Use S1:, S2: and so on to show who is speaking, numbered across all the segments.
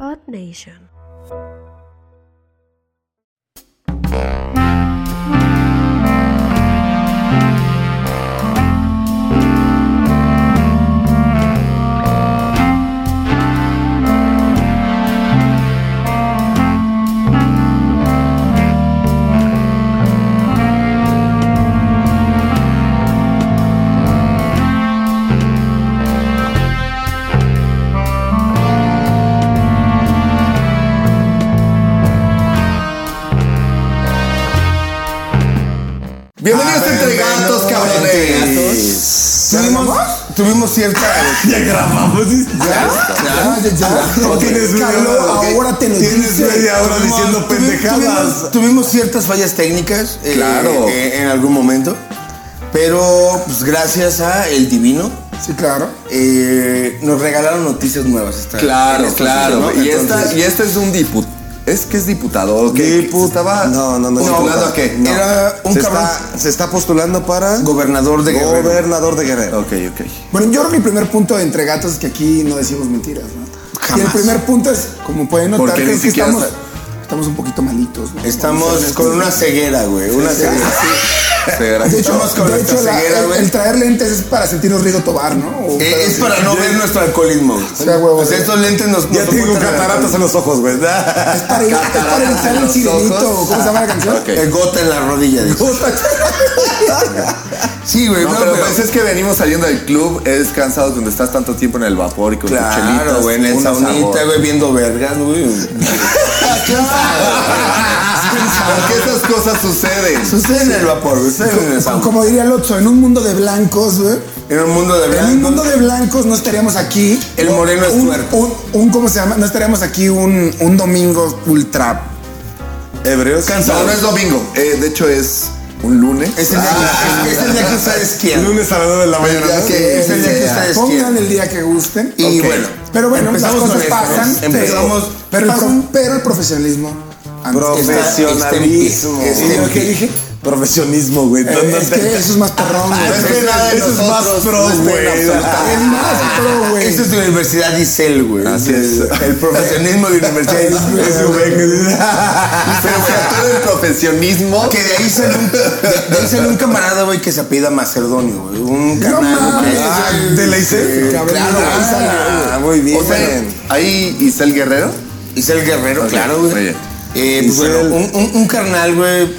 S1: Earth Nation.
S2: Bienvenidos a Entre Gatos, cabrones.
S3: Gatos.
S2: Tuvimos, tuvimos cierta.
S3: Ya grabamos.
S2: ¿Ya? ¿Ya? ¿Ya? ¿Ya?
S3: Ok.
S2: Tienes
S3: Tienes
S2: calor,
S3: media hora, ok.
S2: ahora te lo
S3: Tienes
S2: dice.
S3: media hora
S2: Tuvimos-
S3: diciendo
S2: tuvi-
S3: pendejadas.
S2: Tuvimos, tuvimos ciertas fallas técnicas. eh,
S3: Claro.
S2: eh, en algún momento. Pero, pues, gracias a El Divino. Sí, claro. Eh, nos regalaron noticias nuevas. esta- en
S3: Claro,
S2: esta este
S3: claro.
S2: ocasión, ¿no?
S3: Y, esta,
S2: Entonces-
S3: y esta es un diputado. Es que es diputado. ¿o qué?
S2: Dipu-
S3: Se estaba
S2: No, no, no, no.
S3: postulando a qué?
S2: No. Era un
S3: se
S2: cabrón-
S3: Está, se está postulando para
S2: Gobernador de Guerrero.
S3: gobernador de Guerrero. Ok, ok.
S4: Bueno, yo creo que el primer punto de entre gatos es que aquí no decimos mentiras, ¿no?
S2: Jamás.
S4: Y el primer punto es, como pueden notar,
S3: Porque
S4: que
S3: ni
S4: es que
S3: siquiera
S4: estamos,
S3: está-
S4: estamos un poquito malitos, ¿no?
S2: Estamos
S4: Vamos a
S2: con
S4: ver.
S2: una ceguera, güey. Una
S4: sí,
S2: ceguera.
S3: Se verá.
S4: De hecho,
S2: estamos con
S4: de
S2: nuestra
S4: hecho, la-
S2: ceguera,
S4: el-
S2: güey.
S4: el, traer lentes es para sentirnos Rigo Tobar, ¿no? O-
S2: Eh, es para no ver nuestro alcoholismo. güey.
S4: sea, huevo,
S2: o sea,
S4: güey.
S2: estos lentes nos.
S3: Ya
S2: nos
S3: tengo
S2: ocultan el
S3: cataratas en los ojos, güey.
S4: es para, es para evitar el sirenito, ¿cómo se llama la canción?
S3: Ok.
S2: Eh, gota en la rodilla, dice. Sí, güey,
S3: No, pero, pues es que venimos saliendo del club eh, descansados donde estás tanto tiempo en el vapor y con tus
S2: Claro,
S3: chelitas.
S2: güey, en el
S3: un
S2: saunita,
S3: sabor.
S2: güey, viendo vergas, güey.
S3: ¿Por qué esas cosas suceden?
S2: Sucede en el vapor, güey. Sucede en el
S4: Como-
S2: sauna.
S4: Como diría Lotso, en un mundo de blancos, güey.
S2: En un mundo de
S4: En un
S2: vergas.
S4: mundo de blancos no estaríamos aquí.
S2: El moreno es
S4: un,
S2: tuerto.
S4: un, un- ¿Cómo se llama? No estaríamos aquí un, un domingo ultra.
S3: Hebreos.
S2: Cansado.
S3: No, no es domingo. Eh, de hecho, es un lunes.
S2: Es el día que- es- es el día que ustedes quieran.
S3: lunes a las 9 de la
S2: mañana, ¿no?
S3: Es el día que
S2: ustedes-
S3: ustedes.
S4: Pongan
S2: quieren.
S4: el día que gusten.
S2: Y
S3: Ok.
S2: bueno,
S4: Pero bueno, las
S2: empezamos
S4: cosas
S2: con esto, ¿no?
S4: pasan.
S2: Empezamos.
S4: Pero, pero el pro-
S2: pasan-
S4: pero el profesionalismo. antes que
S2: Profe-
S4: nada. este,
S2: Profesionalismo.
S4: Sí,
S2: este-
S4: lo que dije?
S3: Profesionismo, güey.
S4: Eh, es que eso es más perrón, güey.
S2: Ah,
S4: Ah,
S2: No es
S4: Eso
S2: que nada de
S3: Eso es
S2: nosotros,
S3: más pro,
S2: no es que
S3: güey.
S2: absolutamente
S4: Es más pro, Ah, güey.
S2: Esa es de Universidad Isel, güey.
S3: Así es.
S2: El profesionismo de Universidad Isel.
S3: Ah, Licenciatura en profesionismo.
S2: Que de ahí sale un, de, de ahí sale un camarada, güey, que se apida Macedonio, güey. Un canal,
S4: mames, güey. ¿De la Isel?
S2: Claro,
S4: Cabrón,
S2: güey.
S4: de ahí sale,
S2: Ah, muy bien.
S3: O sea, ahí Isel Guerrero.
S2: Isel Guerrero,
S3: Ok,
S2: claro,
S3: muy
S2: güey.
S3: bien.
S2: Eh, pues
S3: Isel.
S2: bueno, un, un, un carnal, güey.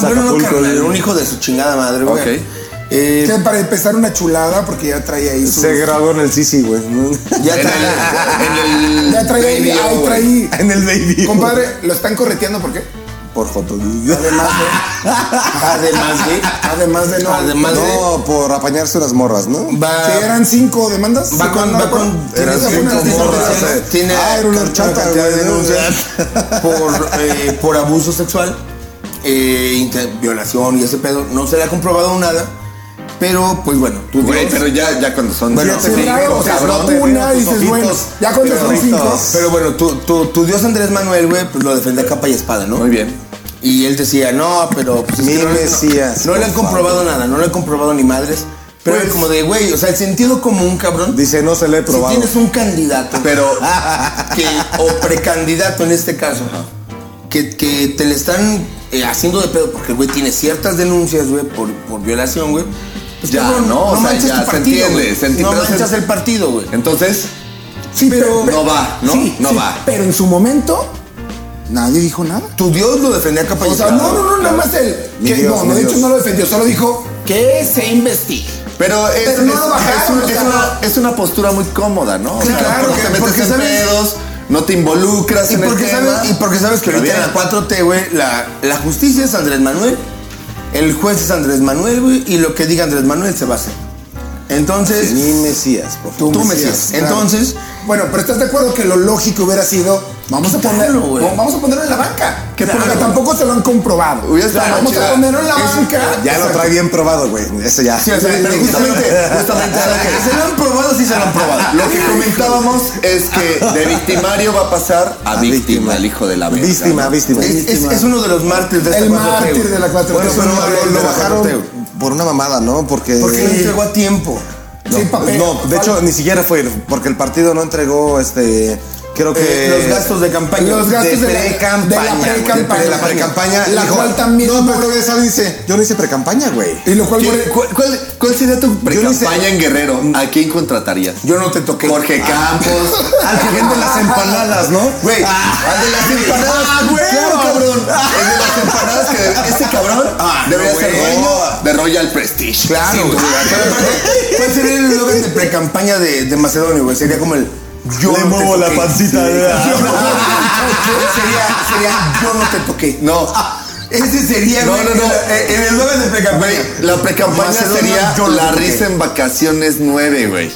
S2: Bueno, bueno, no
S3: Acapulco,
S2: carnal,
S3: güey.
S2: un hijo de su chingada madre, güey.
S3: Ok.
S2: Eh,
S4: Que para empezar una chulada, porque ya traía ahí su.
S3: graduó en el Sisi, güey.
S2: ya
S3: En el. En el
S4: Ya traía ahí,
S3: Baby
S4: ahí
S3: O, güey.
S4: traía ahí.
S3: En el baby.
S4: Compadre, lo están correteando, ¿por qué?
S3: Por Joto.
S4: Además de.
S2: Además de.
S4: Además de no.
S2: Además de.
S5: pues,
S3: por apañarse unas morras, ¿no?
S2: Va,
S4: Sí, eran cinco demandas.
S2: Ah. va con. Va con
S4: Tiene
S2: eran
S4: que
S2: cinco
S4: poner atención,
S2: morras,
S4: atención.
S2: ¿eh? Tiene
S3: Ah, era una
S2: cantidad
S3: horchata,
S2: cantidad de
S3: güey.
S2: denuncias por, eh, por abuso sexual, eh, inter- violación y ese pedo. No se le ha comprobado nada, pero pues bueno, tú
S3: Güey,
S2: dices-
S3: pero ya, ya cuando son.
S2: Bueno,
S3: no,
S2: sí,
S3: sí,
S4: claro,
S3: güey,
S4: o sea,
S3: cabrón,
S4: una
S3: güey, mira tus
S4: dices,
S3: ojitos.
S4: bueno, ya cuando son
S3: Pero-
S4: cinco.
S2: Pero bueno, tu, tu, tu dios Andrés Manuel, güey, pues lo defendía a capa y espada, ¿no?
S3: Muy bien.
S2: Y él decía, no, pero... Pues, es
S3: Mi
S2: que no, no-
S3: Mesías,
S2: No, le han
S3: por
S2: comprobado nada, no le han comprobado ni madres. Pero
S3: Pues-
S2: era como de, güey, o sea, el sentido común, cabrón.
S3: Dice, no se le he
S2: Si tienes un candidato,
S3: Pero-
S2: que, o precandidato en este caso, que, que te le están eh, haciendo de pedo porque el güey tiene ciertas denuncias, güey, por, por violación, güey. pues,
S3: Ya,
S2: cabrón,
S3: no, o sea,
S2: manches
S3: ya,
S2: tu
S3: se
S2: partido,
S3: entiende,
S2: güey.
S3: se entiende,
S2: No
S3: pero se-
S2: manchas el partido, güey.
S3: Entonces,
S4: Sí, pero.
S3: no va, ¿no?
S4: sí,
S3: no
S4: sí,
S3: va.
S4: Pero en su momento, nadie dijo nada.
S2: Tu dios lo defendía a capa y
S4: O sea,
S2: espada.
S4: no, no, no, nada más él.
S3: Mi
S4: Que,
S3: Dios,
S4: no,
S3: mi
S4: no, de hecho
S3: Dios.
S4: no lo defendió, solo dijo que se investigue.
S3: Pero es,
S4: Pero no
S3: es-
S4: lo bajaron,
S3: es un-
S4: o sea,
S3: es una, es una postura muy cómoda, ¿no? O sea,
S2: Claro,
S3: no te
S2: porque-
S3: metes
S2: porque
S3: en
S2: sabes-
S3: pedos, no te involucras
S2: Y
S3: en
S2: porque,
S3: el tema.
S2: sabes, y porque sabes que
S3: Pero
S2: ahorita en la
S3: bien.
S2: 4T, güey, la, la justicia es Andrés Manuel, el juez es Andrés Manuel, güey, y lo que diga Andrés Manuel se va a hacer. Entonces,
S3: Mesías, por
S2: tú, me decías.
S4: claro.
S2: Entonces,
S4: Bueno, pero estás de acuerdo que lo lógico hubiera sido, vamos a ponerlo,
S2: güey.
S4: vamos a ponerlo en la banca.
S2: Qué
S4: Que
S2: padre.
S4: tampoco se lo han comprobado.
S3: Hubiera estado
S4: vamos
S3: chida.
S4: a ponerlo en la
S3: Eso-
S4: banca.
S3: Ya lo trae bien probado, güey. Eso ya.
S2: Sí, o sea, pero justamente, justamente, o sea, que se lo han probado, sí se lo han probado.
S3: Lo que comentábamos es que de victimario va a pasar a, víctima, el hijo de la verga.
S5: Víctima,
S3: ¿no?
S5: víctima.
S2: Es, es- es uno de los mártires de esta
S4: El
S2: 4T,
S4: mártir
S2: güey.
S4: de la 4T.
S2: Bueno,
S4: Es
S2: pero
S4: un
S2: lo-
S4: mártir
S2: lo
S4: de la
S2: bajaron.
S5: Por una mamada, ¿no? Porque.
S2: Porque no llegó a tiempo.
S4: Sí, papel.
S5: No, de hecho, ni siquiera fue, porque el partido no entregó este creo que.
S2: Eh, los gastos de campaña.
S4: Los gastos de,
S5: de
S4: la- de la
S5: pre-campaña, güey,
S4: pre-campaña.
S5: de la pre-campaña.
S4: La
S5: Dijo,
S4: cual también.
S5: No, pero todavía sale y dice, yo no hice pre-campaña, güey.
S4: Y lo cual. More-
S3: ¿Cuál, cuál, cuál sería tu
S5: Yo no hice-
S3: campaña en Guerrero? ¿A quién contratarías?
S2: Yo no te toqué.
S3: Jorge Campos.
S5: Al que vende las empanadas, ¿no?
S3: Güey, al de las empanadas.
S5: Ah, güey,
S3: Claro,
S5: cabrón.
S3: cabrón. El de las empanadas que debe- este cabrón
S2: Ah, no,
S3: debería ser
S2: güey.
S3: dueño de Royal Prestige.
S2: Claro, güey. Pero aparte, ¿Cuál sería el eslogan de precampaña de, de Macedonio, güey? Sería como el. Yo
S5: Le
S2: no te
S5: muevo la
S2: toqué.
S5: pancita,
S2: Sí.
S5: ¿verdad?
S2: Yo no- sería, sería yo no te toqué.
S3: No.
S2: Ese sería,
S3: No,
S2: güey,
S3: no, no.
S2: el- El, el eslogan de precampaña.
S3: Güey, la precampaña
S2: Macedonia,
S3: sería
S2: yo no
S3: La
S2: toqué.
S3: risa en vacaciones 9, güey.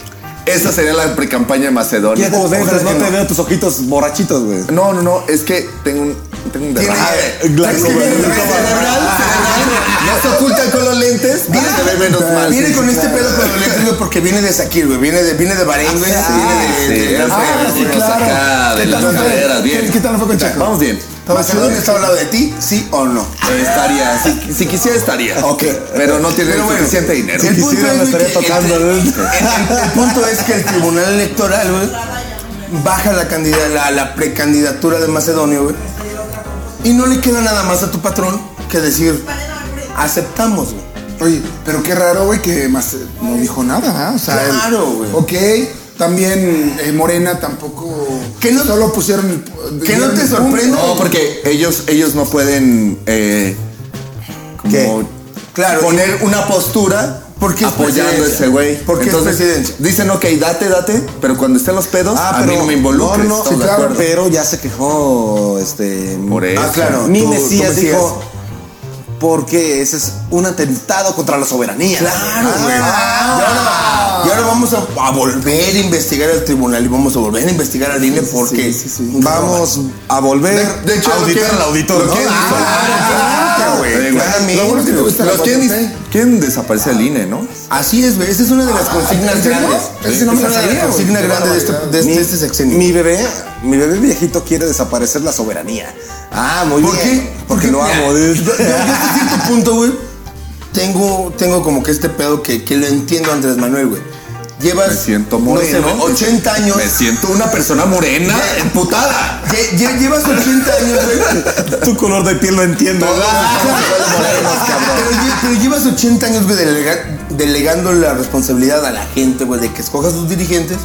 S3: Esa sería la precampaña de Macedonia.
S5: Quítate los lentes,
S2: Ojalá
S5: no
S2: que
S5: te
S2: no.
S5: veo tus ojitos borrachitos, güey.
S3: No, no, no, es que tengo un tengo un
S2: Tiene-
S3: derrame.
S5: Glaxo,
S2: Es que
S5: güey.
S2: viene
S3: Cerebral,
S2: cerebral,
S3: cerebral. No se oculta con los lentes. Viene se ve menos mal.
S2: Viene con este pedo con los lentes, güey, porque viene de Sakir, güey. Viene de, viene de Bahrein, güey.
S3: Ah, sí,
S2: viene de- de-
S3: sí,
S2: de- de-
S3: ah, sí,
S2: de-
S3: claro.
S4: ¿Qué
S3: de
S4: tal
S3: las
S4: no fue-
S3: caderas, bien.
S4: ¿Qué tal no fue con Chaco?
S3: Vamos bien.
S2: ¿Macedonia está al lado de ti? ¿Sí o no?
S3: Estaría, si, si quisiera estaría.
S5: Ok.
S3: Pero no tiene
S2: Pero bueno,
S3: suficiente dinero.
S5: Si
S2: el punto
S5: quisiera
S2: es,
S5: me
S2: güey,
S5: estaría
S2: que
S5: tocando,
S2: el-
S5: ¿no?
S2: El, el punto es que el tribunal electoral, güey, baja la, candida- la, la precandidatura de Macedonio, güey. Y no le queda nada más a tu patrón que decir, aceptamos, güey.
S4: Oye, pero qué raro, güey, que más eh, no dijo nada, ¿ah? O sea, él-
S2: Claro, güey.
S4: Ok, también eh, Morena tampoco.
S2: Que no-
S4: solo pusieron. eh,
S2: que no te sorprenda.
S3: No, porque ellos, ellos no pueden eh, como
S5: ¿Qué?
S2: Claro.
S3: poner una postura
S2: Porque es
S3: apoyando a
S2: presidencia.
S3: ese güey.
S2: Porque es
S3: Entonces,
S2: presidencia.
S3: Dicen, ok, date, date, pero cuando estén los pedos, a mí no me involucres.
S5: No, no,
S3: ¿estamos
S5: sí,
S3: de
S5: claro,
S3: acuerdo?
S5: pero ya se quejó este.
S3: Por eso.
S2: Ah, claro.
S5: Mi
S2: tú- tú
S5: Mesías dijo. Porque ese es un atentado contra la soberanía.
S2: Claro, güey.
S5: Ah.
S2: Y ahora- y, ahora, vamos a, a volver a investigar al tribunal y vamos a volver a investigar al INE porque
S4: sí, sí.
S5: Vamos a volver
S3: De- de hecho,
S5: a
S3: lo
S5: auditar
S3: quieren-
S5: al auditor,
S3: lo
S5: ¿no?
S3: quieren
S5: Ah,
S2: claro, güey.
S3: Sí, güey.
S2: Claramente,
S4: Lo bueno es que te gusta
S3: Los
S4: la
S3: quieren,
S4: cuatro T.
S3: quieren desaparecer el INE, ¿no?
S2: Así es, güey. Esa es una de las consignas
S4: Ah, ¿en serio?
S2: grandes.
S4: Ese sí no me
S2: es una
S4: la
S2: de
S4: sabía,
S2: las
S4: güey.
S2: consignas
S4: Qué
S2: grandes de este,
S4: barbaridad.
S2: de este-
S5: Mi,
S2: este sexenio.
S5: mi bebé, mi bebé viejito quiere desaparecer la soberanía. Ah, muy
S2: ¿Por
S5: bien.
S2: qué?
S5: Porque lo
S2: mira,
S5: amo.
S2: Yo, yo- yo hasta cierto punto, güey, tengo, tengo como que este pedo que, que lo entiendo Andrés Manuel, güey. Llevas,
S3: Me siento moreno.
S2: no sé, güey, 80 años.
S3: Me siento una persona morena, emputada.
S2: Lle- lle- llevas 80 años, güey.
S5: tu color de piel lo entiendo.
S2: Ah, Pero, lle- pero llevas 80 años, güey, delega- delegando la responsabilidad a la gente, güey, de que escojas tus dirigentes.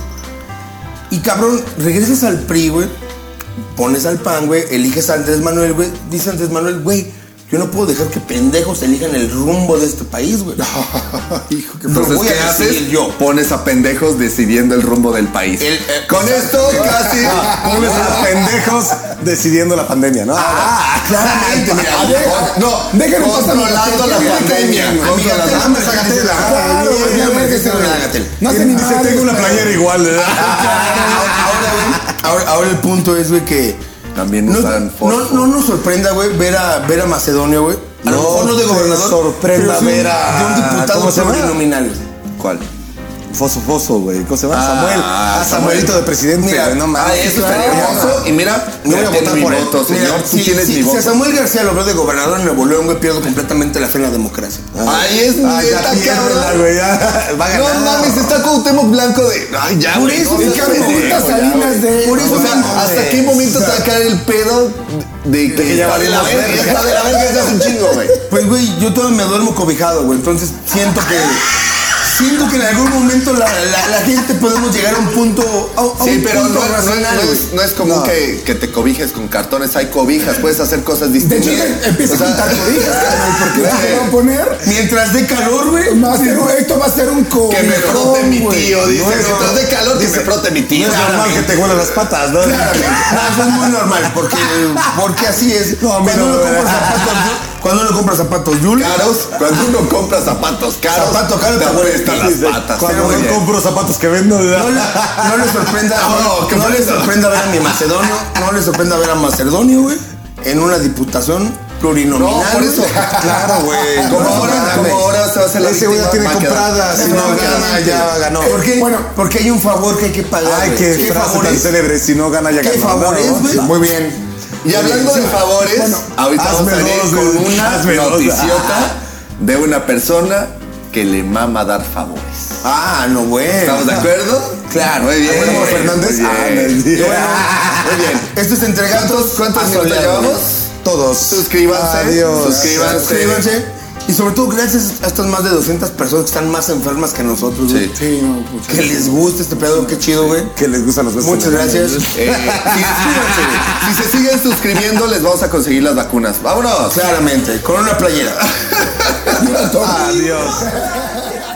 S2: Y cabrón, regresas al PRI, güey, pones al PAN, güey, eliges a Andrés Manuel, güey. Dice Andrés Manuel, güey, yo no puedo dejar que pendejos elijan el rumbo de este país, güey.
S4: Hijo, que
S2: Lo
S3: Entonces,
S2: voy
S3: ¿qué
S2: a decidir
S3: haces?
S2: yo.
S3: Pones a pendejos decidiendo el rumbo del país.
S2: El- eh,
S3: Con esto casi
S5: Pones a pendejos decidiendo la pandemia, ¿no?
S2: Ah, claramente, mira,
S3: ah, No,
S4: déjenme pasar la
S3: controlando la
S4: pandemia,
S3: pandemia.
S4: amiga,
S3: controlando la
S2: Gatela, hombre,
S3: pandemia.
S2: Gatela.
S4: Claro,
S2: Amiga,
S4: güey,
S2: hombre,
S4: güey,
S2: Gatela,
S4: güey.
S2: Gatela.
S4: No hace ni
S5: dice,
S4: madres,
S5: tengo una
S4: güey.
S5: playera igual. ¿verdad?
S2: Ahora, güey, ahora- ahora el punto es, güey, que.
S3: También
S2: No,
S3: usan
S2: no,
S3: fósforo.
S2: no nos sorprenda, güey, ver a, ver a Macedonia, güey. A
S5: No
S2: lo mejor no de
S5: te
S2: gobernador.
S5: sorprenda
S2: pero sí
S5: ver a-
S2: De un
S5: ¿cómo
S2: diputado
S5: se llama?
S2: plurinominal. güey.
S3: ¿Cuál?
S5: Foso, Foso, güey. ¿Cómo se llama?
S3: Ah,
S5: Samuel. Ah, Samuelito de presidente.
S2: Mira,
S5: güey, no mames.
S3: Ah, eso estaría
S5: Claro.
S3: hermoso. Y mira,
S2: No voy a
S3: ya tiene
S2: votar
S3: mi
S2: por él.
S3: voto,
S2: Mira,
S3: señor. Tú
S2: si-
S3: tienes
S2: si- Si
S3: mi
S2: a
S3: voto.
S2: Samuel García lo veo de gobernador en Nuevo León, güey, pierdo completamente la fe en la democracia.
S3: Ay, es
S5: Ah, ya
S3: neta,
S5: piérdela,
S3: cabrón.
S5: güey. ya. Va a ganar.
S3: No mames, está Cuauhtémoc Blanco de... Ay, ya,
S2: Por
S3: güey.
S2: eso,
S3: no
S2: mi
S3: seas
S2: cabrón,
S3: pendejo,
S2: ahorita
S3: ya,
S2: Salinas
S3: güey.
S2: de-
S3: Por eso,
S2: No
S3: o sea,
S2: mames.
S3: ¿hasta qué momento te va a caer el pedo de que...
S5: ya vale la
S3: verga?
S5: verga.
S3: Ya de la verga, ya es un chingo, güey.
S2: Pues, güey, yo todavía me duermo cobijado, güey. Entonces siento que. Siento que en algún momento la, la- la gente podemos llegar a un punto. A, a
S3: Sí,
S2: un
S3: pero no,
S2: punto
S3: no-
S2: racional,
S3: no
S2: güey.
S3: es, no es común
S5: No.
S3: que, que te cobijes con cartones, hay cobijas, puedes hacer cosas distintas.
S4: Empieza
S3: O sea,
S4: a contar cobijas, carnal, porque
S3: güey,
S4: no se va a poner.
S2: Mientras dé calor, güey.
S4: Va a ser un- esto va a ser un co.
S3: Que me frote mi
S4: güey.
S3: tío, dice.
S5: No es-
S3: Mientras de calor, que me frote mi tío.
S5: No es normal que te huelan las patas, ¿no?
S2: No, eso es muy normal, porque, porque así es.
S5: No, a mí
S2: cuando,
S5: no,
S2: uno
S5: güey.
S2: compra zapatos, Ju- cuando uno compra zapatos Yul,
S3: Caros, cuando uno compra zapatos caros,
S2: Zapato caro
S3: te
S2: te huele.
S3: apestan las patas.
S5: Cuando
S3: Pero,
S5: yo
S3: oye,
S5: compro zapatos que vendo, ¿verdad?
S2: no, le- no le sorprenda,
S3: No,
S2: no,
S3: qué
S2: no le
S3: pasa.
S2: sorprenda ver a mi macedonio, no le sorprenda ver a Macedonio, güey, en una diputación plurinominal.
S3: No, por eso.
S2: güey.
S5: Claro, güey.
S3: Como
S5: No,
S3: ahora,
S5: mames.
S3: como ahora se va a hacer la
S5: Ese güey la
S3: víctima,
S5: tiene
S3: va a quedar.
S5: comprada, si
S3: No,
S5: no
S3: no,
S5: gana,
S3: no,
S5: ya ganó.
S2: ¿Por qué?
S4: Bueno.
S2: porque hay un favor que hay que pagar.
S5: Ay,
S2: güey.
S5: qué
S2: ¿Qué
S5: frase
S2: favor
S5: tan
S2: es?
S5: célebre, si no gana ya
S2: ¿Qué
S5: ganó.
S2: favor
S5: ¿no?
S2: es, güey?
S5: Muy bien.
S3: Y hablando de favores, ahorita vamos
S5: hazme
S3: a venir
S5: dos, Ah.
S3: con
S5: güey.
S3: una
S5: Hazme dos.
S3: noticiota de una persona que le mama dar favores.
S2: Ah, no, bueno.
S3: ¿Estamos de acuerdo?
S2: Claro.
S3: Muy bien.
S2: Bueno, Fernández.
S3: Muy
S2: Ah,
S3: bien.
S2: no,
S3: Bueno, muy bien.
S2: Esto es entre gatos.
S3: ¿Cuántos, cuántos minutos
S2: asoleados.
S3: llevamos?
S4: Todos.
S3: Suscríbanse.
S4: Adiós.
S3: Suscríbanse.
S2: Suscríbanse. Y sobre todo, gracias a estas más de 200 personas que están más enfermas que nosotros, güey.
S3: Sí.
S4: Sí, no, muchas
S2: Que les gusta este pedo, qué chido, güey.
S4: Que les gustan los besos.
S2: Muchas
S4: en la
S2: gracias.
S3: Eh, y suscríbanse. Si se siguen suscribiendo, les vamos a conseguir las vacunas. ¡Vámonos!
S2: Claramente, con una playera.
S4: boca.
S5: Adiós.